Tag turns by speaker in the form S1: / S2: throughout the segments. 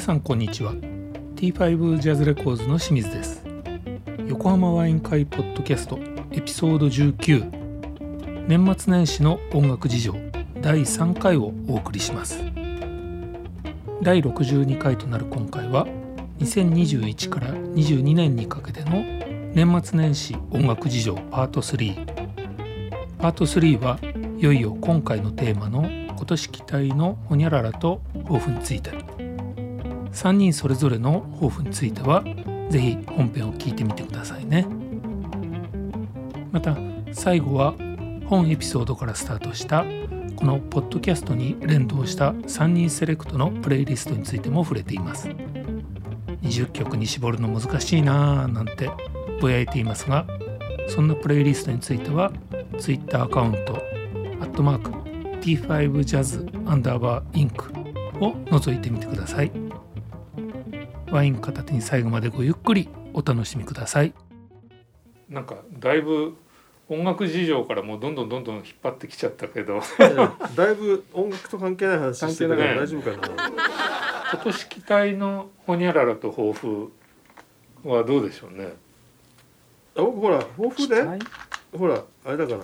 S1: さんこんにちは T5 ジャズレコーズの清水です横浜ワイン会ポッドキャストエピソード19年末年始の音楽事情第3回をお送りします第62回となる今回は2021から22年にかけての年末年始音楽事情パート3パート3はいよいよ今回のテーマの今年期待のホニャララと抱負について3人それぞれの抱負についてはぜひ本編を聞いてみてくださいねまた最後は本エピソードからスタートしたこのポッドキャストに連動した3人セレクトのプレイリストについても触れています20曲に絞るの難しいなぁなんてぼやいていますがそんなプレイリストについては Twitter アカウント「T5Jazz アンダーバーインク」を覗いてみてくださいワイン片手に最後までごゆっくりお楽しみくださいなんかだいぶ音楽事情からもうどんどんどんどん引っ張ってきちゃったけ ど
S2: だいぶ音楽と関係ない話してたから大丈夫かな。
S1: 今年期待のホニャララと抱負はどうでしょうね
S2: あ僕ほら抱負でほらあれだから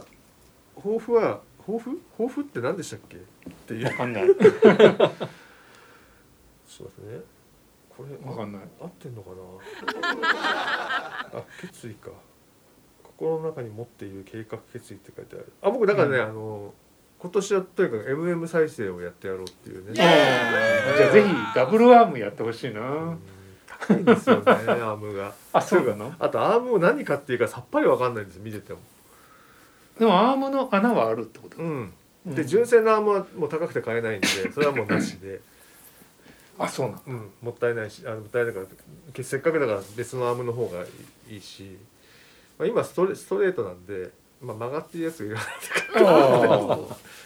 S2: 抱負は抱負抱負って何でしたっけってい
S1: わ
S2: う。
S1: かん ない
S2: そうですね。これ
S1: わかんない
S2: 合ってんのか な。あ決意か。心の中に持っている計画決意って書いてある。あ僕だからね、
S1: うん
S2: あの今年はとにかく MM 再生をやってやろうっていう
S1: じゃ
S2: ね。
S1: あぜひダブルアームやってほしいな、
S2: うん 高いですよ ねアームが。
S1: あそうなの
S2: あとアームを何かっていうかさっぱりわかんないんです見てても。
S1: でもアームの穴はあるってこと
S2: うん。
S1: うん
S2: で純正のアームはもう高くて買えないんで それはもうなしで、
S1: あそうなの
S2: うん、もったいないしあのもったいないからけせっかくだから別のアームの方がいいし、まあ、今ストレストレートなんで、まあ、曲がってるやつがいらない
S1: あ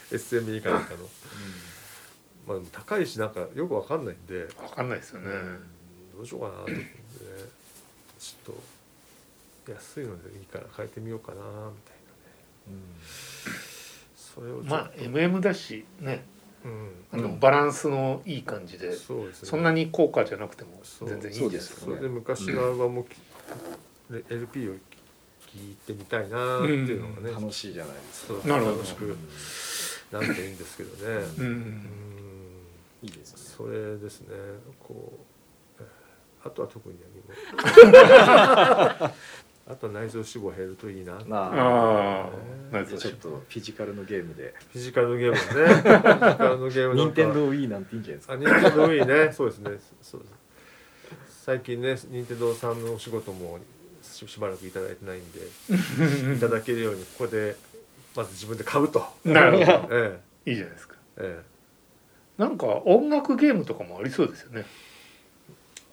S2: SME かなんかの、まあ、でも高いしなんかよくわかんないんで、
S1: あわかんないですよね、
S2: どうしようかなと思って、ね、ちょっと安いのでいいから変えてみようかなみたいなねそれをちょっと
S1: まあ MM だしね
S2: うん
S1: あのバランスのいい感じで、
S2: そうですね
S1: そんなに高価じゃなくても
S2: そう
S1: 全然いいです
S2: そ
S1: よ
S2: れで
S1: ね
S2: 昔のアルバムをき、で LP を聞いてみたいなっていうのがね、
S3: 楽しいじゃないですか。
S2: そう
S1: なるほど
S2: 楽しくなるといいんですけどね、
S1: う
S2: うん
S1: ん、
S3: いいですね。
S2: それですねこうえーあとは特に何 もあとは内臓脂肪減るといいなフ
S3: ま
S1: ああな
S3: あ、
S1: るほど
S3: ちょっとフィジカルのゲームで、
S2: ィジカルのゲームねフィジカルのゲームな
S3: 任
S2: んか
S3: 天堂 Wii なんていいんじゃないですか。
S2: あ任天堂いいねそうですねそうです最近ね任天堂さんのお仕事もししばらくいただいてないんでいただけるようにここでまず自分で買うと。
S1: なるほど
S2: え
S1: いいじゃないですか
S2: ええ
S1: なんか音楽ゲームとかもありそうですよね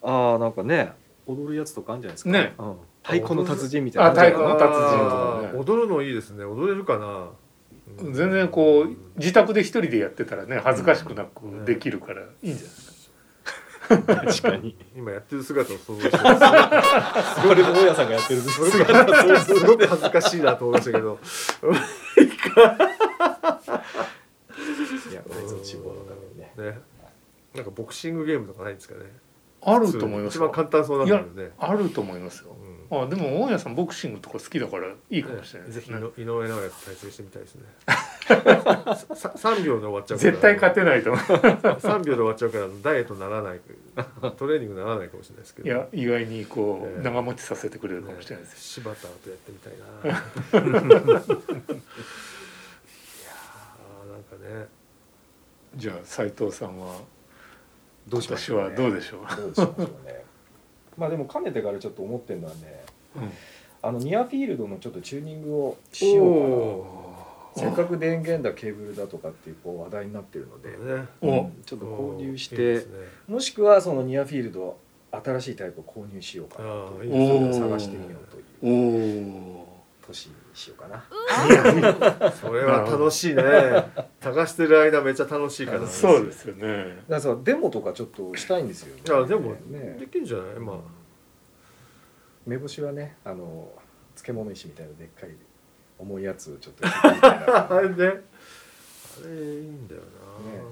S3: ああ、なんかね、踊るやつとかあるんじゃないですか。
S1: ね
S3: うん。太鼓の達人みたいな。
S1: あ
S2: え。
S1: 太鼓の達人とかね
S2: あー踊るのいいですね。踊れるかな。うん
S1: 全然こう自宅で一人でやってたらね恥ずかしくなくできるからいいんじゃないですか
S3: 確かに。
S2: 今やってる姿を想像してます。
S3: これも大家さんがやってるんです
S2: それがすごく恥ずかしいなと思いましたけど。
S3: いや、内臓脂肪のためにね。
S2: ね。なんかボクシングゲームとかないんですかね。
S1: あると思います
S2: 一
S1: よ
S2: 番簡単そうなんだけどね。
S1: あると思いますよ
S2: うん
S1: あでも大家さんボクシングとか好きだからいいかもしれない
S2: ぜ
S1: です
S2: ひ井
S1: ね
S2: 上井上尚弥と対戦してみたいですね。 さ三秒で終わっちゃうから。
S1: 絶対勝てないと思う
S2: 3秒で終わっちゃうからダイエットにならないトレーニングにならないかもしれないですけど
S1: いや意外にこ
S2: え
S1: う
S2: え
S1: 長持ちさせてくれる
S2: ね
S1: かもしれないです
S2: 柴田とやってみたいないやーなんかね
S1: じゃあ斉藤さんは
S3: どうしま
S1: 私
S3: しょうね
S1: はどうでしょう
S3: どうしましょうね。まあでもかねてからちょっと思ってるのはね、
S1: うん
S3: あのニアフィールドのちょっとチューニングをしようかな。せっかく電源だケーブルだとかっていうこう話題になってるので、
S2: ーね
S1: お
S3: うんちょっと
S2: お
S3: 購入し
S2: いいです
S3: て
S2: ね
S3: もしくはそのニアフィールド新しいタイプを購入しようかな
S2: あ
S3: と
S2: あ
S3: い
S2: いうい
S3: そ
S2: です
S3: れ
S2: ね
S3: を探してみようという
S1: おお
S3: 年にしようか な
S2: それは楽 しいね探してる間めっちゃ楽しいから
S3: あ
S1: そうですよね
S3: だからさデモとかちょっとしたいんですよね
S2: いやでもで
S3: ね
S2: きるんじゃないまあ
S3: 梅干しはねあの漬物石みたいなでっかい重いやつをちょっと入れてみたいな
S2: あれねあれいいんだよな
S3: ね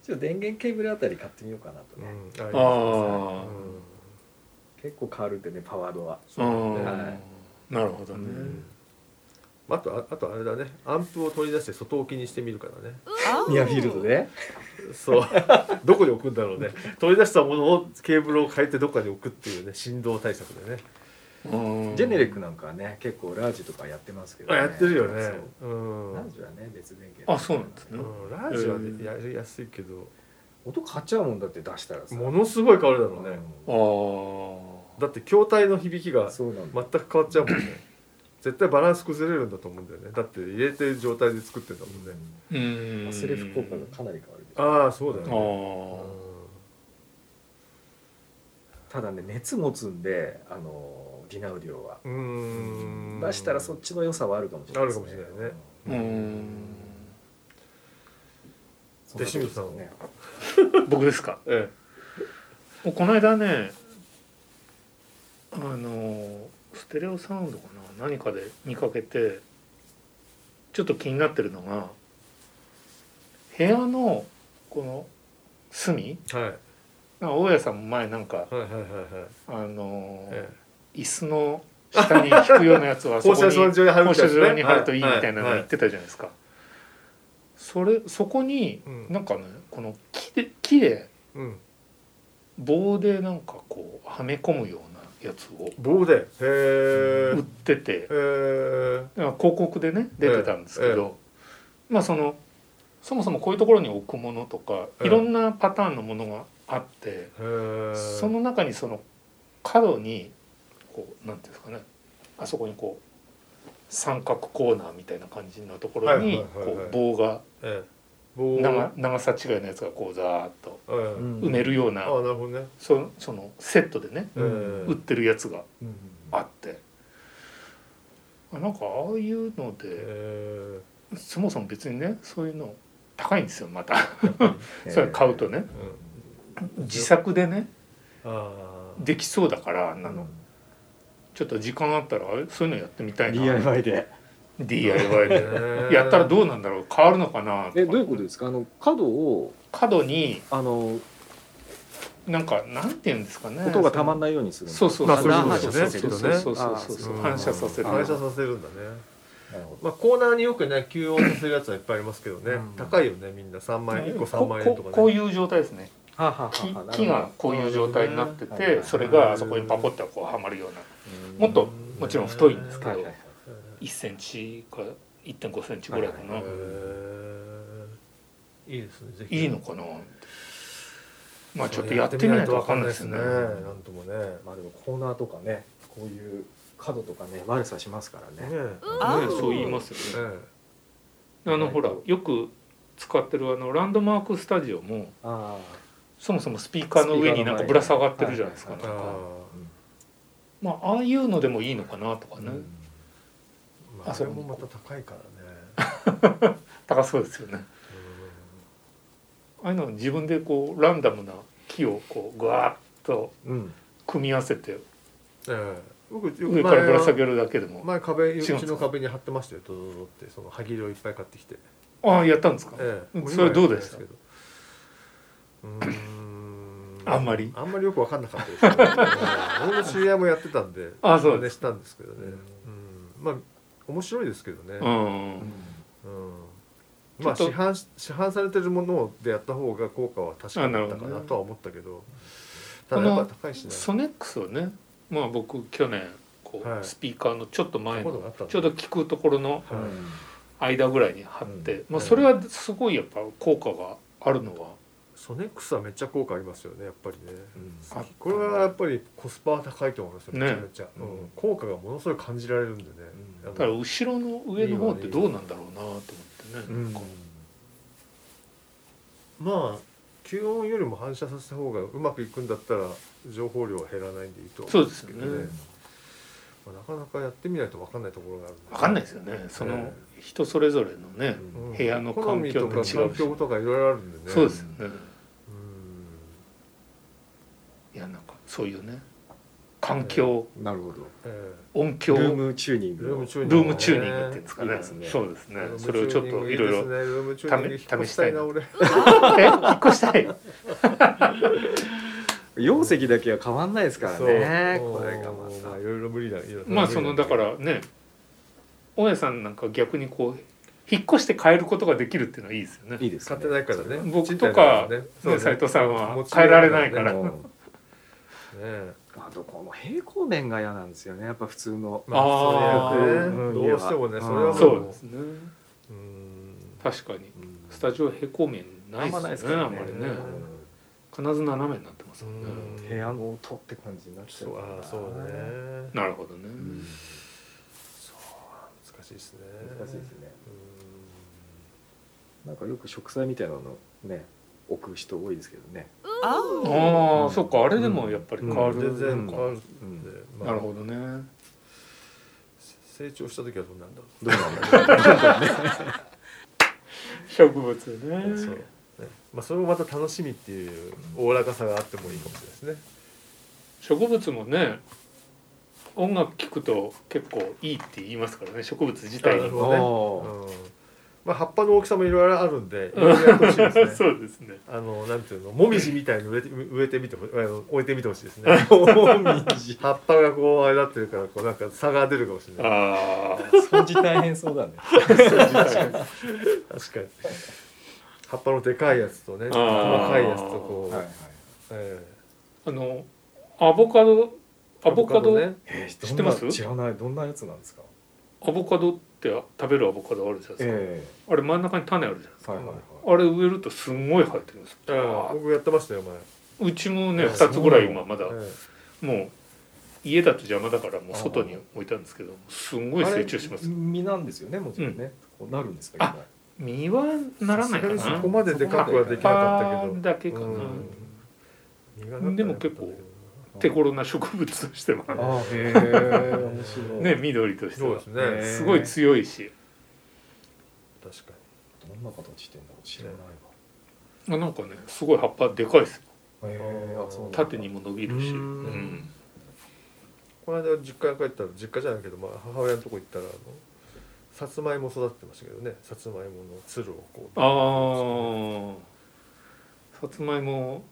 S3: じちょっと電源ケーブルあたり買ってみようかなと
S2: う
S3: ね、
S2: ん
S1: ああ
S3: 結構変わるってねパワードは
S2: そう
S1: あ
S2: だ
S1: ー
S2: ね
S3: はい
S1: なるほどね、
S3: うん
S2: あとああとあれだねアンプを取り出して外置きにしてみるからね
S3: ニアフィールドで
S2: そう どこに置くんだろうね取り出したものをケーブルを変えてどっかに置くっていうね振動対策でね
S1: うん
S3: ジェネリックなんかはね結構ラージとかやってますけど、
S2: あ
S3: ね、
S2: やってるよね
S3: そう
S2: うん、う
S3: ラージはね別電源
S1: あそうなんですね
S2: ん、ラジオはねやりやすいけど
S3: 音変わっちゃうもんだって出したらさ
S2: ものすごい変わるだろうね
S1: ああ
S2: だって筐体の響き
S3: うん
S2: が
S3: そうなんだ、
S2: 全く変わっちゃうもんね絶対バランス崩れるんだと思うんだよねだって入れてる状態で作ってんだもんね
S1: うん
S3: アスレフ効果がかなり変わる
S2: ああそうだよ
S1: あ
S2: ね
S1: ー
S3: ただね熱持つんであのディナウディオは
S2: うんうん
S3: 出したらそっちの良さはあるかもしれないですね
S2: あるかもしれないね
S1: うん
S3: そんなとこです
S2: で清水
S3: ね
S1: 僕ですか
S2: え
S1: もうこの間ねあのステレオサウンドかな何かで見かけてちょっと気になってるのが部屋のこの隅
S2: えはい
S1: なんか大家さんも前なんか
S2: はいはいはいはい
S1: あの、
S2: ええ
S1: 椅子の下に引くようなやつはそこ
S2: 放射
S1: に
S2: 線上に貼る
S1: 放
S2: みたい
S1: 射
S2: なね
S1: 状に貼るといいみたいなの
S2: はは
S1: 言ってたじゃないですか、それそこに
S2: うん
S1: なんかねこの木で木で
S2: うん
S1: 棒でなんかこうはめ込むようなやつを
S2: 棒でへえ
S1: 売ってて
S2: へえ
S1: 広告でね出てたんですけど、まあそのそもそもこういうところに置くものとか
S2: ええ
S1: いろんなパターンのものがあって
S2: へえ
S1: その中にその角にこうなんていうんですかねあそこにこう三角コーナーみたいな感じのところに
S2: はいはいはいはい
S1: こう棒が
S2: ええ棒
S1: 長長さ違いのやつがこうザーッと
S2: ええ
S3: うん
S1: 埋めるよう
S2: あ
S1: な、
S2: あなるほどね
S1: そそのセットでね
S2: ええ
S1: 売ってるやつが
S3: うん
S1: あってあなんかああいうので
S2: え
S1: そもそも別にねそういうの高いんですよまた
S3: えー
S1: それ買うとね
S2: えうん
S1: 自作でね
S2: ああ
S1: できそうだからあんな
S3: う
S1: の
S3: ん
S1: ちょっと時間あったらあれそういうのやってみたいな
S3: DIY で
S1: DIY で
S2: へえ
S1: やったらどうなんだろう変わるのかな
S3: え
S1: と
S3: どう
S1: か
S3: いうことですかあの角を
S1: 角に
S3: あの
S1: なんかなんていうんですかね
S3: 音がたまんないようにするんだ
S1: そうそう
S2: ま
S1: そ
S2: あ
S1: う
S2: そ
S1: 反射
S2: ういうこと
S1: さ
S2: ですね
S1: せ
S2: き
S1: る
S2: っと
S1: そう
S2: ね
S1: そうそうそう
S3: あ
S1: そう
S2: うん
S1: 反射させる
S2: 反射させるんだね
S3: なるほど
S2: まあコーナーによくね吸音させるやつはいっぱいありますけどね
S3: うん
S2: 高いよねみんな3万円1個3万円とか
S1: こ
S2: ね
S1: ここういう状態ですね
S3: はあはあはあ
S1: 木
S3: なるほど
S1: 木がこういう状態になって
S3: はいはいは
S1: て
S3: い
S1: それがあそこにパコッとこうはまるようなもっともちろん太いんですけど
S3: はいはいはい
S1: 1センチか1.5センチぐらいかな
S3: は
S2: へ
S3: い
S2: えいいですねぜひ
S1: いいのかなまあちょっとやってみないと分かんないですね
S2: やってみないとわかんないですねなんともね
S3: まあでもコーナーとかねこういう角とかね悪さしますからね
S2: ね
S4: あ
S1: ねそう言います
S2: え
S1: よね
S2: え
S1: あのほらよく使ってるあのランドマークスタジオも
S3: あ
S1: そもそもスピーカーの上になんかぶら下がってるじゃないですか
S3: はい
S2: ああ
S1: まあああいうのでもいいのかなとか
S3: あ
S1: ね
S2: まあ
S1: あ
S2: そ
S1: そ
S2: れ
S1: れ
S2: も
S1: も
S2: また高いからね
S1: 高そうですよねああいうのを自分でこうランダムな木をこうぐわっと
S3: うん
S1: 組み合わせて
S2: うんええ僕よく
S1: 上からぶら下
S2: 前
S1: げるだけでも
S2: 前壁う
S1: 違うん
S2: ち
S1: ですか
S2: の壁に貼ってましたよドドドドってその萩りをいっぱい買ってきて
S1: ああやったんですか
S2: ええ
S1: うんそれはどうでした
S2: も今やってないですけどうー
S1: あんまり
S2: あんまりよく分かんなかったです、ね、うん俺の知り合いもやってたんで
S1: あそう
S2: 真
S1: で
S2: 似したんですけどね、うん、まあ面白いですけどね、
S1: うん
S2: うん、まあ
S1: ちょ
S2: 市
S1: っと
S2: 販市販されてるものでやった方が効果は確かにあっ
S1: あなる
S2: たか
S1: ほど
S2: な
S1: ね
S2: とは思ったけどただやっぱ高いしね
S1: ソネックスをねまあ僕去年こう、
S2: はい
S1: スピーカーのちょっと前
S2: こと
S1: の
S2: があったんだ
S1: ちょうど聞くところの
S2: はい
S1: 間ぐらいに貼って、
S3: う
S1: まあ、それはすごいやっぱ効果があるのは、
S2: ソネックスはめっちゃ効果ありますよねやっぱりね
S3: う
S1: あ
S2: これはやっぱりコスパは高いと思いますよめちゃめちゃ、
S3: ね
S2: うん効果がものすごい感じられるんでね、
S3: うん
S2: あの
S1: ただ後ろの上の方ってどうなんだろうなと思ってね、
S3: ん
S1: こ
S2: まあ吸音よりも反射させた方がうまくいくんだったら情報量は減らないんでいいと
S1: う
S2: 思
S1: そううんですよ
S2: けど
S1: ね
S2: まあ、なかなかやってみないと分かんないところがあるで
S1: 分かんないですよねその人それぞれのね、
S2: うん
S1: 部屋の
S2: 好
S1: 環
S2: み
S1: 境
S2: と
S1: も違
S2: か
S1: うし
S2: 環境とかいろいろあるんでね
S1: そうですよね
S2: うん
S1: いやなんかそういうね環境、
S4: なるほど
S2: え
S1: 音響
S3: ルームチューニン
S2: ルーム
S3: グ
S2: チューニング
S1: ルームチューニングっていうんですかね
S3: いいですね
S1: そうです
S2: え
S1: ねそれをちょっといろいろ
S2: ルームチューニングいいですねルームチューニング引っ越したいな俺
S1: え引っ越したい
S4: うん容積だけは変わんないですからね
S2: そう
S4: これがま
S2: まあ
S4: た
S2: いろいろ無理だ
S1: まあそのだからね大家さんなんか逆にこう引っ越して変えることができるっていうのはいいですよね
S4: いいです
S2: 買
S4: ね
S2: ってないからね
S1: 僕とか
S2: ね
S1: ね
S2: そうね
S1: 斉藤さんは
S2: 持ち
S1: 変えられないか
S2: 家だ
S1: ら、
S2: ね
S4: うん
S2: ね
S4: あとこの平行面が嫌なんですよねやっぱ普通の
S2: まあ
S1: あー
S2: そうやね
S4: うん
S2: どうしても
S4: う
S2: ね
S4: ん
S2: それはも
S1: そうですね
S2: うん
S1: 確かに
S4: うん
S1: スタジオ平行面ないですよねあんまりね
S4: うん
S1: 必ず斜めになってますもんね、
S2: うん
S4: 部屋の音って感じになっちゃ
S2: そうう
S4: から
S2: あーそうね
S1: なるほどね、
S4: うん
S2: 難しいですね
S4: 難しいですね
S2: うん
S4: なんかよく植栽みたいなのね置く人多いですけどね
S1: ああ、
S4: うん
S1: そっかあれでもやっぱり変わる、
S2: うん全然変わるんで、まあ
S1: なるほどね
S2: 成長した時はどうなんだ
S4: ど
S2: ろ
S4: うなんだろう
S1: 植物ね
S2: うそうねまあそれもまた楽しみっていうおおらかさがあってもいいかもしれないですね
S1: 植物もね音楽聴くと結構いいって言いますからね植物自体
S2: なる
S1: に
S2: ほ
S1: も、
S4: お
S2: うんまあ葉っぱの大きさもいろいろあるんでいろいろやってほしいですね
S1: そうですね
S2: あのなんていうのもみじみたいに植えて植えてみてほあの置いてみてほしいで すね
S4: ーもみじ
S2: 葉っぱがこうあれなってるからこうなんか差が出るかもしれない
S1: あ
S3: 掃除大変そうだね
S2: 確かに葉っぱのでかいやつとね
S1: あ
S2: 細
S1: ー
S2: かいやつとこう、
S3: はいはい
S2: え
S1: ああのアボカドアボカドアボカド,、
S2: ね
S4: えー
S1: 知ってます
S4: どんな知らないどんなやつなんですか
S1: って食べるアボカドあるじゃないですか、
S4: え
S1: あれ真ん中に種あるじゃないです
S4: え
S1: か
S4: はいはいはい
S1: あれ植えるとすんごい生えてるんですよ
S2: あー僕やってましたよ前
S1: うちもね
S2: ええ
S1: 2つぐらい今まだ
S2: ええ
S1: もう家だと邪魔だからもう外に置いたんですけどすんごい成長します
S4: あれ実なんですよねもちろんね、こうなるんですか
S1: 実はならないかな
S2: さすがにそこまででかくはできなかった
S1: 葉
S2: けど
S1: だけかな、
S2: うん実がなってなかったんだ
S1: で
S2: けど
S1: も結構手頃な植物としては
S4: あーへえ面白い
S1: ね緑として
S2: そう
S1: は
S2: です
S4: え
S2: ね
S4: え
S1: すごい強いし
S2: 確か
S4: どんな形してんだろう知らないわ
S1: あなんかねすごい葉っぱでかいです
S4: へえあそうなんだ
S1: 縦にも伸びるし、
S4: う
S1: うんん、
S2: にこの間実家に帰ったら実家じゃないけどまあ母親のとこ行ったらあのさつまいも育ってましたけどねさつまいものつるをこう
S1: あーさつまいも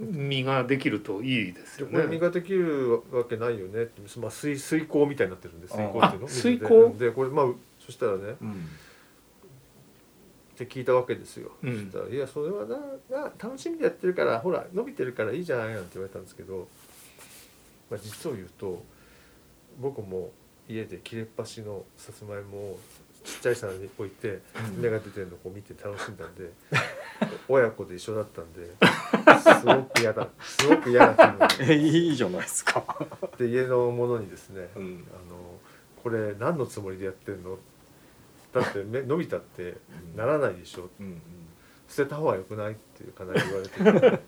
S1: 実ができるといいです
S2: で
S1: よ
S2: これ実
S1: ね
S2: ができるわけないよねって、まあ、水水耕みたいになってるんで水耕っていうの
S1: あ
S2: 水で
S1: 水耕
S2: でこれまあそしたらね
S4: うん
S2: って聞いたわけですよ、
S1: うん
S2: そしたら「いやそれはなな楽しみでやってるからほら伸びてるからいいじゃない」なんて言われたんですけど、まあ、実を言うと僕も家で切れっ端のさつまいもをちっちゃい皿に置いて芽が出てるのをこう見て楽しんだんで 親子で一緒だったんですごく嫌だすごく嫌な気分
S4: えいいじゃないですか、
S2: で家のものにですね
S4: うん
S2: あのこれ何のつもりでやってんのだってめ伸びたってならないでしょ
S4: うんうん、
S2: 捨てた方が良くないっていうかなり言われて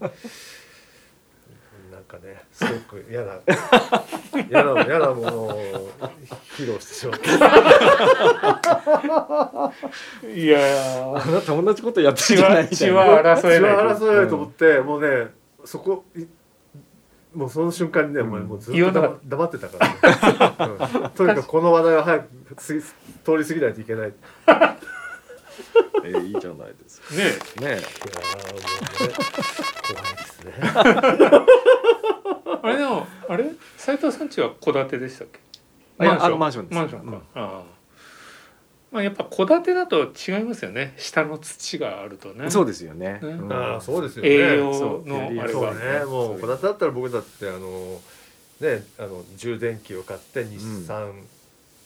S2: なんかねすごく嫌な 嫌な嫌なものを披露してし まった
S1: いやー
S4: あなた同じことやって
S1: 血
S4: るじゃない
S1: は
S4: みたいな
S1: 血は争え
S2: 血
S1: ない
S2: は争えないと思って、もうねそこいもうその瞬間にね、
S4: うん
S2: お前もうずっ
S1: 言わ
S2: と
S1: なか
S2: 黙
S1: っ
S2: 黙ってたから、ねう んとにかくこの話題は早くつ通り過ぎないといけないい
S4: えーいいじゃないですか
S1: ね
S4: ね
S2: やーもうね怖いです ね
S1: あれでもあれ斉藤さんちは戸建てでしたっけ
S4: あいや
S1: マ
S4: あマ
S1: ン
S4: ン
S1: シ
S4: ショ
S1: ョン
S4: ンです
S1: マンションか、
S4: うん
S1: ああまあやっぱ戸建てだと違いますよね下の土があるとね
S4: そうですよね
S1: ね
S4: うん
S2: ああそうですよね
S1: 栄養
S4: そう
S1: のあ
S4: や
S1: れ
S4: り
S2: そう
S1: が
S4: や
S2: だ
S4: すい
S2: ねも
S4: そう
S2: うこ
S4: で
S2: だてだったら僕だってあのねあの充電器を買って日産、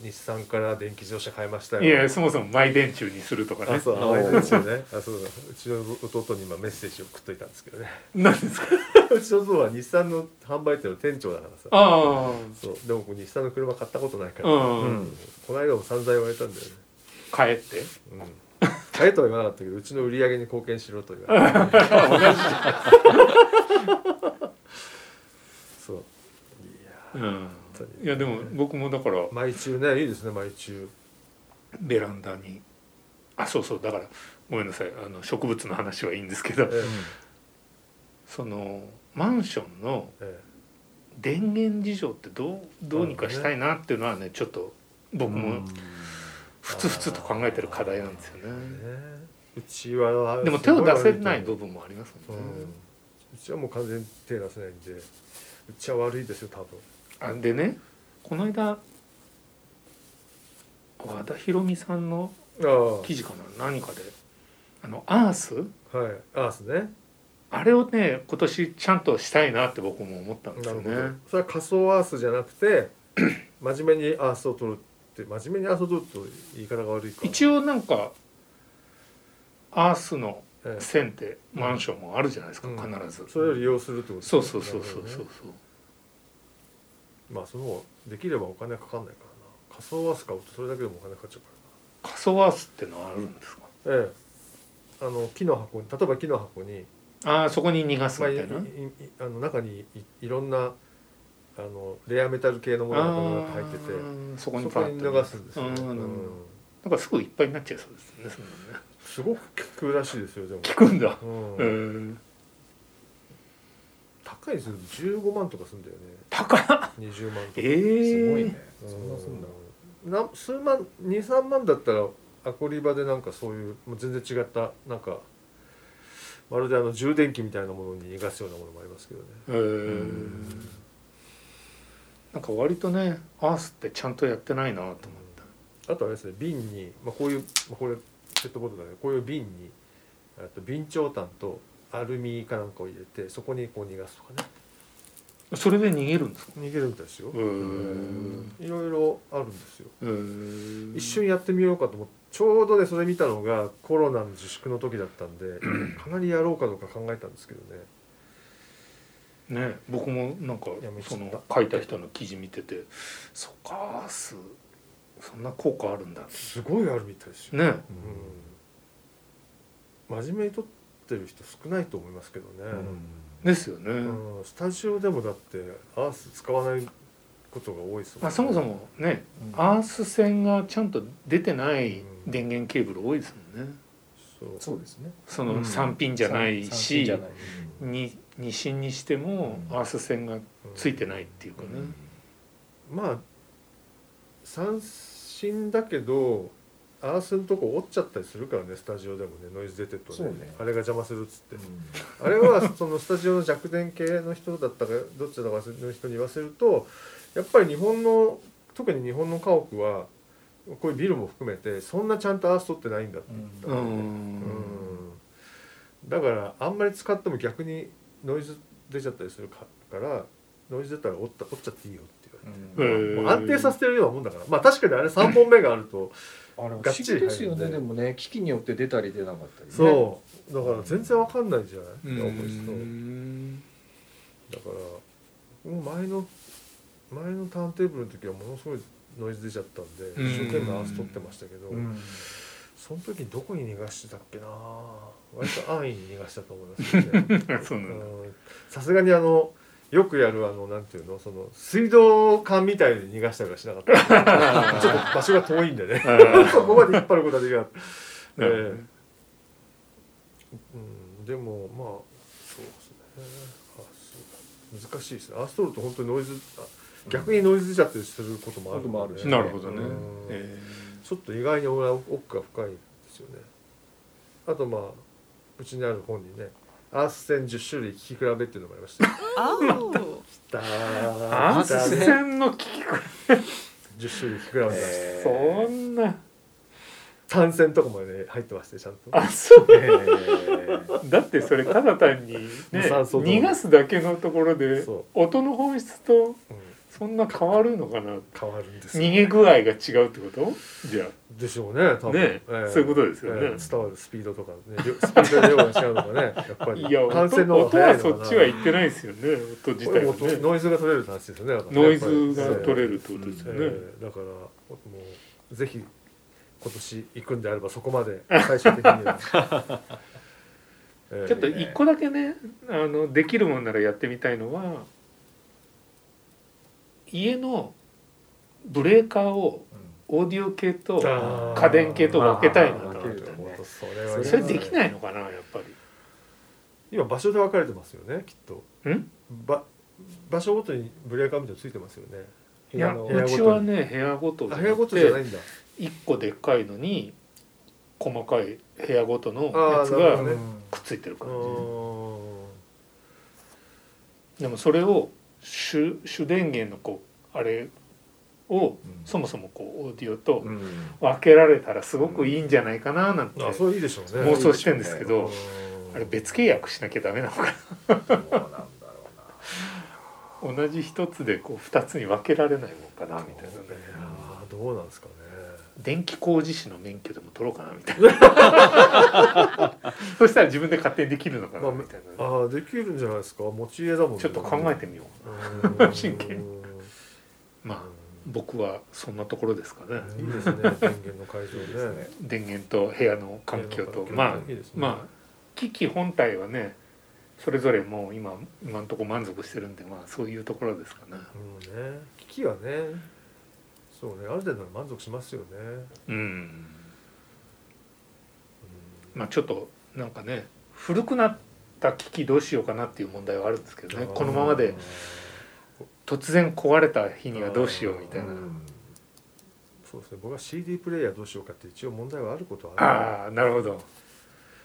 S2: 日産から電気自動車買いましたよ
S1: いやそもそもマイ電柱にするとか
S2: あ
S1: ね
S2: そうあ
S4: あ
S2: れですよねあそうだうちの弟に今メッセージを送っといたんですけどね
S1: なんですか
S2: うちの弟は日産の販売店の店長だからさ
S1: あ
S2: そうでも僕日産の車買ったことないか
S1: あ
S2: ら、
S1: うん、
S4: うん
S2: この間も散々言われたんだよね
S1: 帰って
S2: うん買えとは言わなかったけどうちの売り上げに貢献しろと言わ れた そう
S1: うん
S2: 本当に
S1: いやでも僕もだから
S2: 毎中ねいいですね毎中
S1: ベランダにあそうそうだからごめんなさいあの植物の 話はいいんですけど
S2: え
S4: うん
S1: そのマンションの
S2: え
S1: 電源事情ってどうどうにかしたいなっていうのはねちょっと僕
S4: う
S1: も
S4: ん
S1: ふつふつと考えてる課題なんですよね
S2: ねうちは
S1: でも手を出せない
S2: と
S1: 部分もあります
S2: う
S1: も
S2: ん
S1: んね、
S2: うちはもう完全に手出せないんでうちは悪いですよ多分
S1: あでねこの間和田博美さんの
S2: あ
S1: 記事かな何かであのアース
S2: あはいアースね
S1: あれをね今年ちゃんとしたいなって僕も思ったんです
S2: な
S1: よ
S2: るほ
S1: ね
S2: どそれは仮想アースじゃなくて 真面目にアースを取るって真面目にアースを取ると言い方が悪いか
S1: 一
S2: 応、
S1: 応なんかアースの
S2: ええ
S1: 線ってマンションもあるじゃないですか、
S2: うん
S1: 必ず
S2: それを利用するってことです
S1: そ
S2: ね
S1: うそうそうそうそう
S2: なるほど
S1: そう
S2: ねまあその方できればお金かかんないからな仮想アース買うとそれだけでもお金かかっちゃうからな
S1: 仮想アースってのはあるんですか
S2: ええ、あの木の箱に例えば木の箱に、
S1: ああそこに逃がす
S2: まあ、い
S1: み
S2: い
S1: たいな、
S2: いあの中にいいろんなあのレアメタル系のものがこうやって入ってて
S1: あーそこに
S2: そ
S1: パ
S2: こ
S1: ッ
S2: に
S1: と
S2: 流すんですよ、
S1: あ
S2: ね
S1: ーな
S2: う
S1: るほど
S2: ん、
S1: なんかすぐいっぱいになっちゃいそうですねそんなのね
S2: すごく効くらしいですよでも、
S1: 聞くんだ
S2: うん
S1: うん
S2: 高いですよ15万とかするんだよ
S1: 高っ
S2: ね20万とか、
S1: え
S3: すごいね
S1: ー、
S2: うん
S3: そんなすんだ
S2: な数万23万だったらアコリバでなんかそういうもう全然違ったなんかまるであの充電器みたいなものに逃がすようなものもありますけどね
S1: えー、なんか割とねアースってちゃんとやってないなと思った
S2: あとあれですね瓶に、まあ、こういう、まあ、これペットボトルだけどこういう瓶にあと備長炭とアルミかなんかを入れてそこにこう逃がすとかね
S1: それで逃げるんですか
S2: 逃げるみたいですよ
S1: うーん
S2: いろいろあるんですよ
S1: うーん
S2: 一瞬やってみようかと思ってちょうどねそれ見たのがコロナの自粛の時だったんでかなりやろうかどうか考えたんですけどね
S1: ね僕もなんか
S2: やめちゃ
S1: そ
S2: った
S1: の書いた人の記事見ててそっかアースそんな効果あるんだ
S2: すごいあるみたいですよ、
S1: ね
S2: うん、真面目に撮ってる人少ないと思いますけどね、
S1: ですよね、
S2: うん、スタジオでもだってアース使わないことが多いですもんね
S1: まあ、そもそもね、
S3: うん
S1: アース線がちゃんと出てない
S2: うん
S1: 電源ケーブル多いですもんね
S2: そう
S3: そうですね
S1: そうの
S4: ん
S1: 3品じゃない
S3: 三品
S1: し
S3: じゃない
S1: に2芯にしても
S3: うん
S1: アース線がついて
S2: ない
S1: ないっていうかね、
S2: まあ三振だけどアースのとこ折っちゃったりするからねスタジオでもねノイズ出てると
S3: そうね
S2: あれが邪魔するっつって、あれはそのスタジオの弱点系の人だったかどっちだかの人に言わせるとやっぱり日本の特に日本の家屋はこういうビルも含めてそんなちゃんとアース取ってないんだって
S3: うん
S1: う
S2: うん
S1: ん
S2: うんだからあんまり使っても逆にノイズ出ちゃったりするかからノイズ出たら折った折っちゃっていいよって言われて。
S1: うん
S2: もう安定させてるようなもんだからまあ確かにあれ3本目があると
S3: あれ不思
S2: がっちり
S3: 議ですよ
S2: 入る
S3: ね
S2: んで
S3: でもね機器によって出たり出なかったりね
S2: そうだから全然わかんないじゃない
S1: うん
S2: だからもう前の前のターンテーブルの時はものすごいノイズ出ちゃったんで
S1: ん
S2: 一生懸命アース取ってましたけど
S3: うん
S2: その時どこに逃がしてたっけな割と安易に逃がしたと思いますけどね
S1: そうなん
S2: う
S1: だ
S2: んさすがにあのよくやるあのなんていうのその水道管みたいに逃がしたりはしなかった ちょっと場所が遠いんでねそこまで引っ張ることはできなかった
S1: なるほどね
S2: うん、でもまあそうですねあそう難しいですねアーストールと本当にノイズあ逆にノイズ出ちゃってすることもある
S3: こともあるし
S1: なるほどね
S2: うん、
S1: え
S2: ちょっと意外に俺は奥が深いんですよねあとまあうちにある本にねアース線10種類聞き比べっていうのもありましたよ
S5: Oh.
S2: だ
S1: ー、ア
S2: ー
S1: ース
S2: だね
S1: 線の聞き方
S2: 10種類聞き比べました、
S3: え
S1: そんな
S2: 単線とかもね入ってましてちゃんと
S1: あそう
S3: えー
S1: だってそれただ単に、ね、
S2: 無酸素道路
S1: 逃がすだけのところで
S2: そ
S1: 音の本質と
S2: う、うん、
S1: そんな変わるのかな
S2: 変わるんですよ
S1: 逃げ具合が違うってことじゃあ
S2: でしょうね多分
S1: ねそういうことですよね
S2: え伝わるスピードとか、ね、りょ スピードの量が違うのかねやっぱり
S1: いや
S2: 感染
S1: 音
S2: の方が
S1: 音
S2: 早い
S1: は
S2: の
S1: そ
S2: か
S1: っ
S2: な
S1: ちは行ってないですよね音自体は
S2: これも
S1: ね
S2: ノイズが取れるって話ですよねだからね
S1: ノイズが取れ
S2: やっ
S1: るってことです
S2: ぱ
S1: よ
S2: り
S1: ね、
S2: ええだからもうぜひ今年行くんであればそこま で最終的には、ええ
S1: ちょっと一個だけねあのできるもんならやってみたいのは家のブレーカーをオーディオ系と
S2: あー
S1: 家電系と分けたいなと
S2: あ
S1: 思
S2: ー
S1: って
S2: 分けると思うとそれは
S1: それできないのかなやっぱり
S2: 今場所で分かれてますよねきっと
S1: ん
S2: ば場所ごとにブレーカーみたいなのついてますよね
S1: いや
S2: 部
S1: う
S2: 屋ごとに
S1: ちはね部屋ごと
S2: あ部屋ごとじゃな
S1: で
S2: いんだ
S1: 一個でっかいのに細かい部屋ごとの
S2: あ
S1: や
S2: あ
S1: つ
S2: なるほ
S1: が
S2: どね
S1: くっついてる
S2: う
S1: 感じ
S2: ーん
S1: でもそれを主主電源のこうあれを
S3: うん
S1: そもそもこうオーディオと
S4: うん
S1: 分けられたらすごくいいんじゃないかななんて
S2: あそれいいでしょうね
S1: 妄想してんですけど
S2: うん
S1: あれ別契約しなきゃダメなのか
S3: そうなんだろうな
S1: な同じ一つでこう二つに分けられないもんかなみたいなね
S2: あーどうなんですかね
S1: 電気工事士の免許でも取ろうかなみたいな そしたら自分で勝手にできるのかなみたいなね
S2: ああできるんじゃないですか持ち家だもんね
S1: ちょっと考えてみよう
S2: うん
S1: 真剣にまあ僕はそんなところですかね
S2: うんいいですね電源の解
S3: いいで
S2: 除
S3: す
S2: ね
S3: ね
S1: 電源と部屋の環境と
S2: 部屋の環境
S1: まあ
S2: いいですね
S1: まあ機器本体はねそれぞれもう今今のところ満足してるんでまあそういうところですかね
S2: もうね機器はねそうねある程度満足しますよね、
S1: うん
S2: うん
S1: まあちょっとなんかね古くなった機器どうしようかなっていう問題はあるんですけどねこのままで突然壊れた日にはどうしようみたいな
S2: そうですね僕は CD プレイヤーどうしようかって一応問題はあることはある
S1: ああなるほど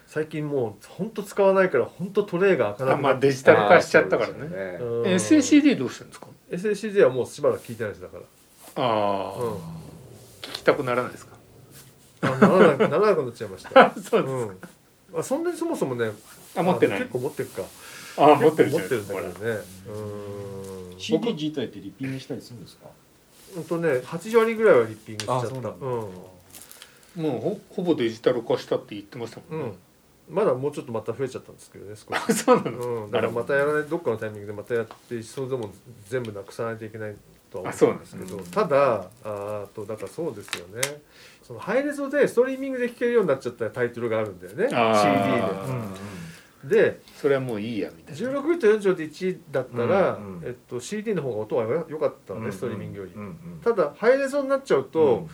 S2: 最近もう本当使わないから本当トレイが開か
S1: あ
S2: なく
S1: ま
S2: な
S1: あ
S2: って、
S1: デジタル化しちゃったから
S3: あーそう
S1: ね
S3: ですよね
S2: うん
S1: SACD どうしてるんですか
S2: SACD はもうしばらく聞いてないですだから
S1: ああ、
S2: うん
S1: 聞きたくならないですか
S2: あならなくならなくなっちゃいました、
S1: そうです、
S2: うん、あそんなにそもそもね
S1: あ持ってない
S2: あ結構持ってるか
S1: あ持ってるじ
S2: 持
S1: ゃ
S2: っ
S1: ないで
S2: てるん
S1: す
S2: だ
S1: か
S2: け
S1: こ
S2: ど
S1: れ
S2: ねうん
S1: CD
S3: 自体ってリピングしたりするんですか
S2: ほんとね8割ぐらいはリッピングしちゃっ
S3: あ
S2: た
S3: そうなんだ
S2: うん
S1: もうほほぼデジタル化したって言ってましたもん
S2: う
S1: ね
S2: ん、まだもうちょっとまた増えちゃったんですけど ね少し
S1: そうなの、
S2: うん、だからまたやらないどっかのタイミングでまたやってそれでも全部なくさないといけないと
S1: あ
S2: は思
S1: そううんなん
S2: で
S1: ですす
S2: け
S1: ね
S2: ど、ただあーとだからそうですよねそのハイレゾでストリーミングで聴けるようになっちゃったタイトルがあるんだよね
S1: あ
S2: CD で。で
S1: それはもういいやみたいな
S2: 16ビット40で1だったら、
S3: うんうん
S2: えっと、CD の方が音は良かったのね、ストリーミングより。
S3: り
S2: ただハイレゾになっちゃうと、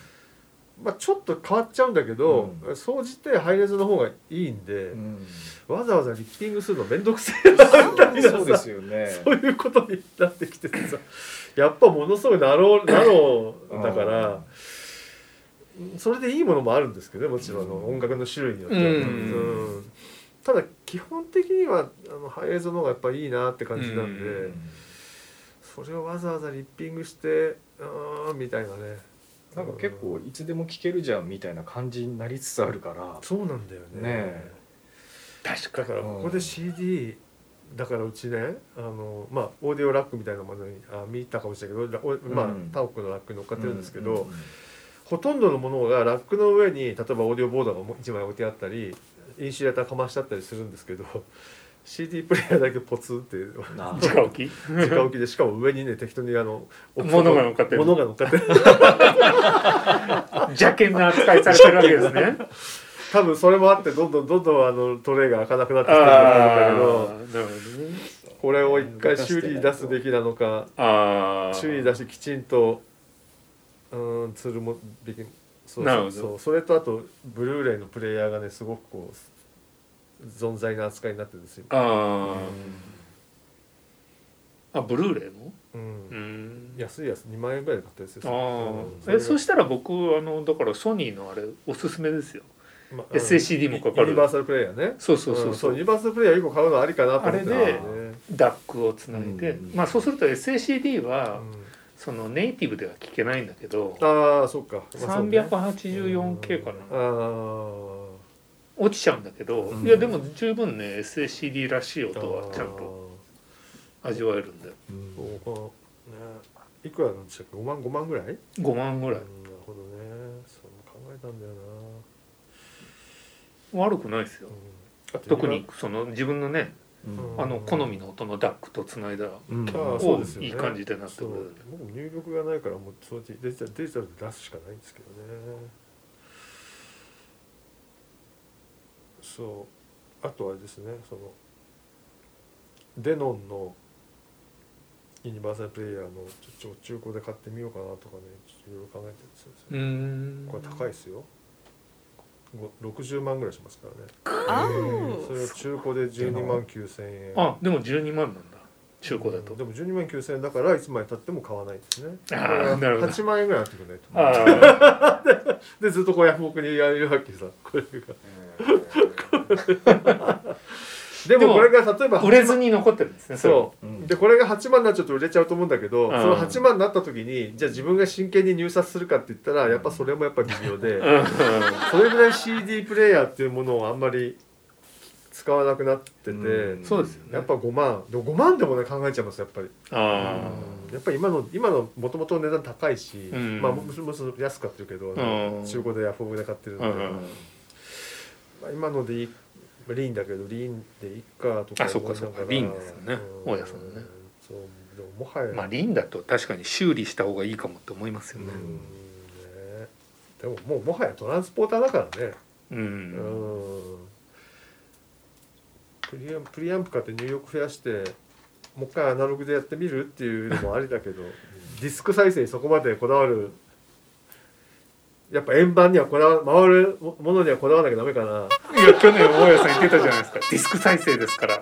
S2: まあ、ちょっと変わっちゃうんだけど、総じてハイレゾの方がいいんで、わざわざリッピングするの面倒くせえ なみたいなさ
S3: そうですよね
S2: そういうことになってきててさやっぱものすごいなろうなろうだからそれでいいものもあるんですけどねもちろんあの
S3: うん
S2: 音楽の種類によっては、
S1: うん
S2: うんただ基本的にはあのハイ映像の方がやっぱいいなって感じなんで、
S1: う
S2: それをわざわざリッピングしてうーんみたいなね
S3: なんか結構いつでも聴けるじゃんみたいな感じになりつつあるから
S2: そうなんだよね
S3: ねえ
S1: 確
S2: だから
S3: うん
S2: ここで CD だからうちねあの、まあ、オーディオラックみたいなものにあ見たかもしれないけど、おまあ
S3: うん、
S2: タオクのラックに乗っかってるんですけど、ほとんどのものがラックの上に例えばオーディオボードが1枚置いてあったりインシュレーターかましてあったりするんですけど CD プレイヤーだけポツンって
S3: な
S1: 直置き
S2: 直置きでしかも上にね適当にあの
S1: 物が乗っかってる
S2: 物が乗っかってる
S1: 邪険な扱いされてるわけ ですね
S2: 多分それもあってどんどんどんどんあのトレイが開かなくなってきてるんだけ
S1: あ
S2: ど
S1: あなるほどね
S2: これを一回修理に出すべきなのか
S1: ああ
S2: 修理に出してきちんとうーんつるもべきそう
S1: なる
S2: そ
S1: ほど
S2: うそうそれとあとブルーレイのプレイヤーがねすごくこう存在な扱いになってるんですよ
S1: あーあブルーレイも
S2: うん
S1: うん
S2: 安いやつ2万円ぐらいで買ったやつです
S1: あ
S2: よ
S1: あ
S2: ん
S1: えそし
S2: れ
S1: たら僕あのだからソニーのあれおすすめですよ
S2: がまあ
S1: SACD もかか
S2: ユニバー
S1: る
S2: サルプレイヤーね
S1: そうそうそ
S2: ん
S1: うそう
S2: ユニバーサルプレイヤー1個買うのありかなと思って
S1: あれでダックをつないで、
S3: うん
S1: まあそうすると SACD
S2: あ
S1: はそのネイティブでは聞けないんだけど、
S2: あーそうか、まあそうね
S1: 384K か
S2: あ
S1: な
S2: ー
S1: 落ちちゃうんだけど、
S3: うん
S1: いやでも十分ね SACD らしい音はちゃんと味わえるんだよ
S2: あーそうねいくらなんでしたっけ5万5万ぐらい
S1: 5万ぐらい
S2: うんなるほどねそう考えたんだよな、
S1: 悪くないですよ
S2: うん
S1: 特にその自分のねあの好みの音のダックとつないだら
S3: うん
S2: あーそう
S1: お
S2: ですよね
S1: いい感じでなって
S2: そう
S1: くる
S2: 僕も入力がないからもうそうやってデジタルデジタルで出すしかないんですけどねそうあとあれですねそのデノンのユニバーサルプレイヤーのちょっと中古で買ってみようかなとかねちょっといろいろ考えてるんですよ、
S1: うーん
S2: これ高いですよご60万ぐらいしますからね
S5: Oh.
S2: それを中古で12万9千円
S1: あでも12万なんだ証拠だと
S2: でも12万9000円だからいつまでたっても買わないですね
S1: あー
S2: だから
S1: なるほど
S2: 8万円ぐらいになってくれないと
S1: ああ
S2: でずっとこうヤフオクにやるわけさこれがで
S1: でも
S2: もこれが例えば
S1: 売れずに残ってるんですねれ
S2: そうう、
S3: ん
S2: でこれが8万になっちゃうと売れちゃうと思うんだけど、
S1: うん
S2: その8万になった時にじゃあ自分が真剣に入札するかって言ったらやっぱそれもやっぱ微妙で、
S1: うんうん
S2: それぐらい CD プレイヤーっていうものをあんまり使わなくなってて、
S4: うん
S1: そうですよね
S2: やっぱ5万でも5万でもね考えちゃいますやっぱり
S1: あ
S2: やっぱり今の今のもともと値段高いし、
S1: うん
S2: まあむしろむしろ安く買ってるけど、
S1: ん
S2: 中古でヤフオクで買ってるんで、
S1: うんうん
S2: まあ、今のでいいリーンだけどリーンでいいかとか
S1: あそっか
S2: 思いなが
S1: そ
S2: ら
S1: っかリーンですよね
S2: うん
S1: 大家さんのね
S2: そうでももはや、
S1: あまあリンだと確かに修理した方がいいかもって思いますよね
S2: うんねでももうもはやトランスポーターだからね
S1: うん、
S2: うんプリアンプリアンプ買って入力増やしてもう一回アナログでやってみるっていうのもありだけ どディスク再生にそこまでこだわるやっぱ円盤にはこだわ回るものにはこだわらなきゃダメかない
S1: や去年大家さん言ってたじゃないですかディスク再生ですから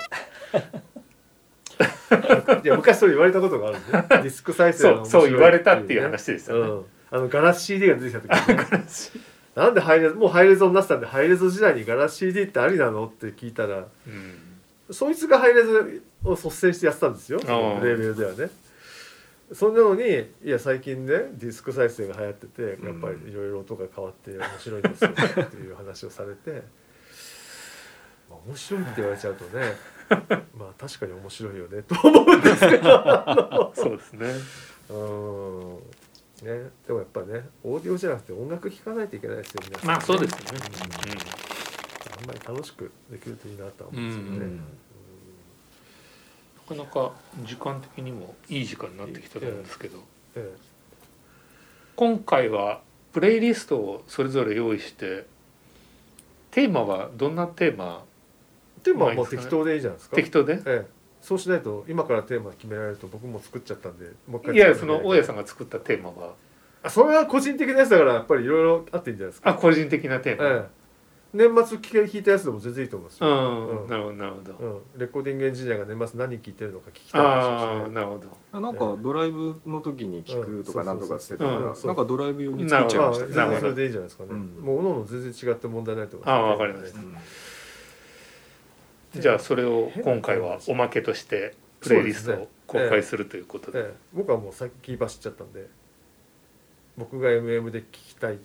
S2: いや昔それ言われたことがあるん で、ね、ディスク再生
S1: そう
S2: の
S1: そう言われたっていう話です
S2: う
S1: よね
S2: ん、あのガラス CD が出てきた時、 ね、なんでハイレゾもうハイレゾになってたんでハイレゾ時代にガラス CD ってありなのって聞いたら
S1: うん
S2: そいつがハイレゾを率先してやってたんですよレ
S1: ああ
S2: ーベルではねそんなのにいや最近ねディスク再生が流行っててやっぱりいろいろ音が変わって面白いんですよっていう話をされて、まあ、面白いって言われちゃうと ねまあ確かに面白いよねと思うんですけど
S1: そうですね
S2: うんね、でもやっぱねオーディオじゃなくて音楽聴かないといけないですよ皆さん
S1: まあそうですよね
S2: あんまり楽しくできるといいなとは思うんですけど
S1: う
S2: ね、
S1: んうんなかなか時間的にもいい時間になってきたと思うんですけど
S2: え
S1: 今回はプレイリストをそれぞれ用意してテーマはどんなテーマ
S2: えテーマは
S1: ま
S2: も
S1: あ
S2: う適当でいいじゃないですか
S1: 適当で
S2: ええ、そうしないと今からテーマ決められると僕も作っちゃったんでもう一
S1: いやそ
S2: 作ら
S1: の
S2: なきゃ
S1: 大家さんが作ったテーマは
S2: あそれは個人的なやつだからやっぱりいろいろあっていいんじゃないですか
S1: あ個人的なテーマ
S2: ええ、年末聴いたやつでも全然いいと思います
S1: う
S2: よ、
S1: ん、
S2: うん
S1: なるほどなるほど、
S2: うんレコーディングエンジニアが年末何聴いてるのか聞きたい
S1: ああ
S2: です
S1: なるほど
S4: あなんかドライブの時に聞くと
S2: う
S4: か
S2: ん
S4: なんとかっつってたから、
S1: そう
S2: そうそう
S4: なんかドライブ用に作っちゃい
S2: ま
S4: ま
S2: あ
S4: した
S2: 全
S4: ね
S1: なるほど
S2: 然それでいいじゃないですかね、
S4: うん
S2: もう各々全然違って問題ないと思います
S1: ああわかりました
S4: うん
S1: じゃあそれを今回はおまけとしてプレイリストを公開するということで
S2: ええ、僕はもう先走っちゃったんで僕が MM で聞きたい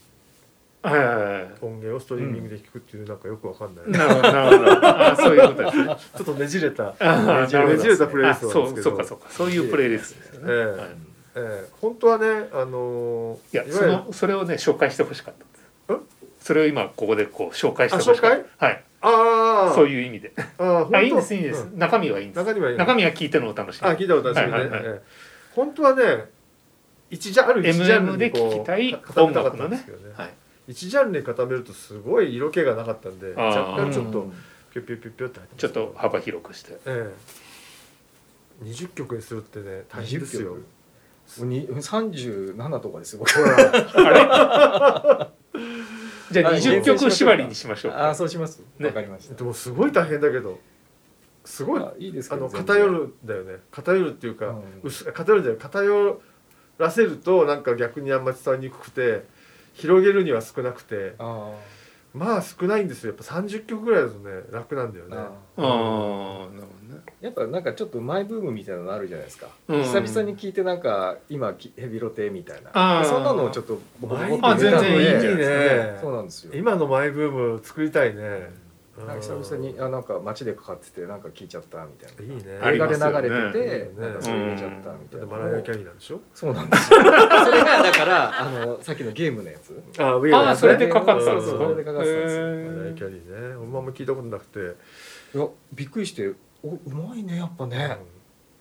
S1: はいはいはい
S2: 音源をストリーミングで聞くっていうなんかよくわかんない、ち
S1: なるほどなるほどあそういうことですね
S2: ょっとねじれた
S1: あ
S2: ねじれ
S1: なるほど
S2: ねじれたプレイリスト
S1: あ
S2: な
S1: そ
S2: ん
S1: う
S2: です
S1: そ
S2: け
S1: う
S2: ど
S1: かそうかそういうプレイリストですよね、
S2: ええ
S1: はい
S2: ええ本当はねあの
S1: いや
S2: い
S1: そ
S2: わゆる
S1: のそれをね紹介してほしかったん
S2: ん
S1: ですそれを今ここでこう紹介してほしか
S2: あ紹
S1: ったはい
S2: ああ
S1: そういう意味で
S2: ああ本当
S1: あいいんですいいんです、
S2: う
S1: 中身はいいんです
S2: 中身はいい
S1: 中身は聞いてのお楽しみ
S2: あ聞いたことあるんです
S1: はい
S2: け
S1: はいは
S2: どねええ本当はね一ジャンル一ジャン
S1: MM
S2: ル
S1: で
S2: にこう
S1: 聞きたい
S2: 固
S1: 音
S2: めたかっ
S1: 楽
S2: た
S1: の
S2: んで
S1: ね
S2: すけどね
S1: はい
S2: 一ジャンルに固めるとすごい色気がなかったんで
S1: ああ
S2: 若干ちょっ
S4: う
S2: と
S4: ん
S2: ピュピュピュピュって入ってます
S1: ちょっと幅広くして
S2: ええ、20曲にするってね大変ですよ
S4: 20曲に37とかですよ僕
S1: じゃあ
S4: はい
S1: 20曲縛りにしましょう
S4: あ
S1: か
S4: あそうします
S1: ね
S4: わ、かりました
S2: でもすごい大変だけどすごい
S4: あいいです
S2: あ
S4: けど
S2: の
S4: 全然
S2: 偏るんだよね偏るっていうか、
S4: うん
S2: 薄偏るんだよ偏らせるとなんか逆にあんまり伝わりにくくて広げるには少なくて
S4: あ
S2: まあ少ないんですよやっぱ30曲ぐらいだとね楽なんだよ
S4: ー
S2: ね
S4: あ
S1: ああなるほどね
S4: ーやっぱなんかちょっとマイブームみたいなのあるじゃないですか、
S1: うん
S4: 久々に聞いてなんか今きヘビロテみたいな
S1: あー
S4: そんなのをちょっと僕
S2: マ
S4: 持
S2: イ
S4: って出たの
S1: あ全然いいじゃ
S4: で
S1: ん
S2: ね
S4: そうなんですよ
S2: 今のマイブーム作りたいね、うん
S4: なんか久々にあなんか街でかかっててなんか聞いちゃったみたいない
S2: いね
S1: あ
S4: 映
S1: り
S4: 画
S1: ま
S4: です
S1: よね
S4: 流れてて、
S2: うん
S4: なんかそれ入れちゃったみた
S2: だ
S4: い
S2: っ
S4: な
S2: てマライア・キャリーなんでしょ
S4: そうなんですよそれがだからあのさっきのゲームのやつ
S2: あウィ
S1: ああそれでかかってたんです
S4: そ
S1: か
S4: うそれでかかってたんですよ
S1: へ
S2: マライア・キャリーね俺もあんま聞いたことなくて、
S4: いやびっくりしておうまいねやっぱ
S2: う
S4: ね
S2: ん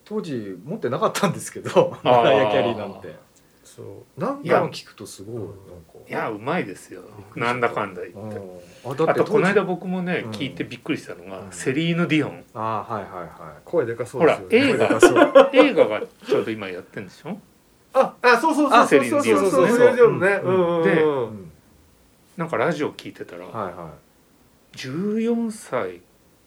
S4: 当時持ってなかったんですけど
S1: あ ー
S4: マライア・キャリーなんて
S2: そうなん
S1: いや
S4: 今
S2: か
S4: 聞くとすごいなんか
S1: いやうまいですよなんだかんだ言って
S4: うんあだ
S1: あ
S4: って
S1: とこの間
S4: あ
S1: 僕もね
S4: うん
S1: 聞いてびっくりしたのが、
S4: うん
S1: セリーヌ・ディオン
S4: あーはいはいは
S2: 声でかそ
S1: ほ
S2: うで
S1: ら
S2: すよね
S1: 映画
S4: そう
S1: 映画がちょうど今やってんでしょ
S2: ああそうそうそ
S1: あ
S2: うそうそう
S1: セリー
S2: そ
S1: ヌ
S2: うそ
S4: ディオン
S2: うセリーヌディオンね
S4: う
S2: うんんうんう
S4: い、
S2: ん
S4: うん、
S1: なんかラジオ聞いてたら、
S4: はいは
S1: 14歳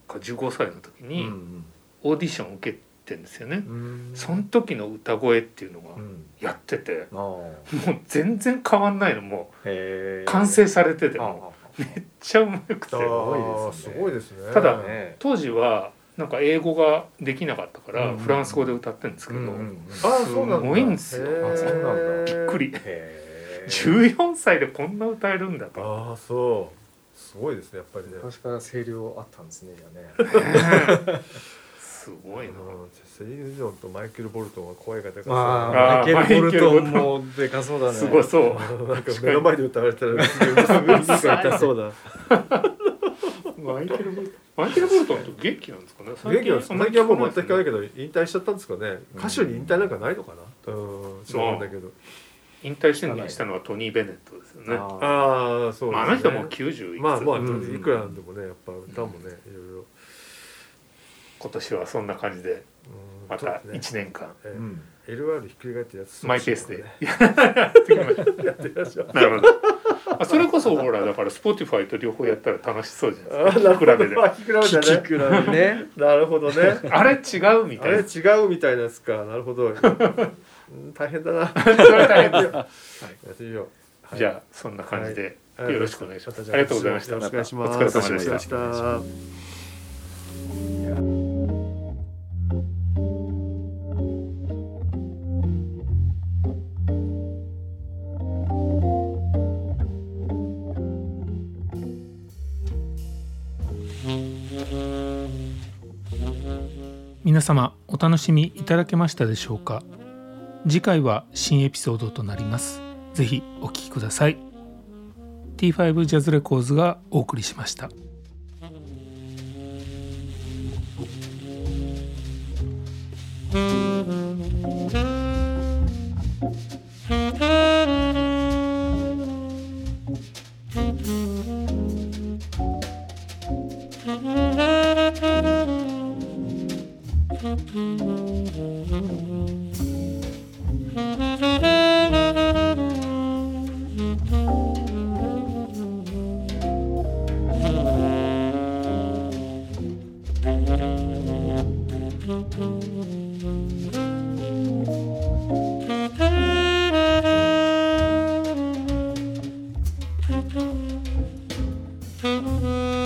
S1: か15歳の時
S4: い、
S1: に
S4: うん
S1: オーディション受けってんですよね
S2: うん
S1: その時の歌声っていうのが
S2: うん
S1: やってて
S4: あー
S1: もう全然変わんないのも
S4: へ
S1: う
S4: え
S1: 完成されてて
S4: あ
S1: も
S4: あ
S1: めっちゃうまくて
S2: あーすごいですね
S1: ただ
S4: ああね
S1: 当時はなんか英語ができなかったから
S2: うん
S1: フランス語で歌ってるんですけど、
S4: うんうん
S2: あーそうなんだ
S1: すごいんですよ
S2: へー
S4: あそうなん
S1: びっくり
S4: へえ
S1: 14歳でこんな歌えるんだと
S2: ああそうすごいですねやっぱりね
S4: 昔から声量あったんですねじゃあね
S1: すごいな
S2: うんセリーヌ・ジョンとマイケル・ボルトンは声が出かそう
S1: あ
S4: あ
S1: ー
S4: ーマイケル・ボルトン
S1: マイケル
S4: もでかそうだね
S1: すごいそう
S2: なんか目の前で歌われたらすごい
S4: すごい痛そうだ
S1: マイケル・ボルトンマイケル・ボルトンと元気なんですかね
S2: 元気なんですか最近はもう全く聞かな
S1: け
S2: いけど引退しちゃったんですかね歌手に引退なんかないのかなうんそうなんだけど
S1: 引退宣言したのはトニー・ベネットですよね
S4: あー
S2: ああそう
S1: まあ、あの人も90いくつ、
S2: まあまあ
S4: うん
S2: いくらなんでもねやっぱ歌もねいろいろ
S1: 今年はそんな感じで
S2: うん
S1: ま
S2: ちょ
S1: た
S2: っとね
S1: 1年間
S2: え
S4: う
S2: え
S4: ん
S2: LR ひっくり返ってやつ
S1: マイペースで
S2: ね
S1: やっていきましょ
S2: やってみましょう
S1: う なるほどあそれこそほらだから Spotify と両方やったら楽しそうじゃないです か比 べで
S2: あ聞き比べだね
S4: くらいね
S2: なるほどね
S1: あれ違うみ
S2: あ
S1: たいな
S2: れ違うみたいなやつかなる ほどうん大変だな
S1: それ大変ですよ
S2: やってみようはい
S1: じゃあそんな感じで
S2: はい
S1: よろしくお願いします。
S2: じゃ
S1: ありがとうございました。
S2: よろしくお願いします
S1: お疲れ様で
S2: お疲れ様で
S1: し。
S2: したた
S1: 皆様お楽しみいただけましたでしょうか。次回は新エピソードとなります。ぜひお聞きください。T5 ジャズレコーズがお送りしました。
S5: 「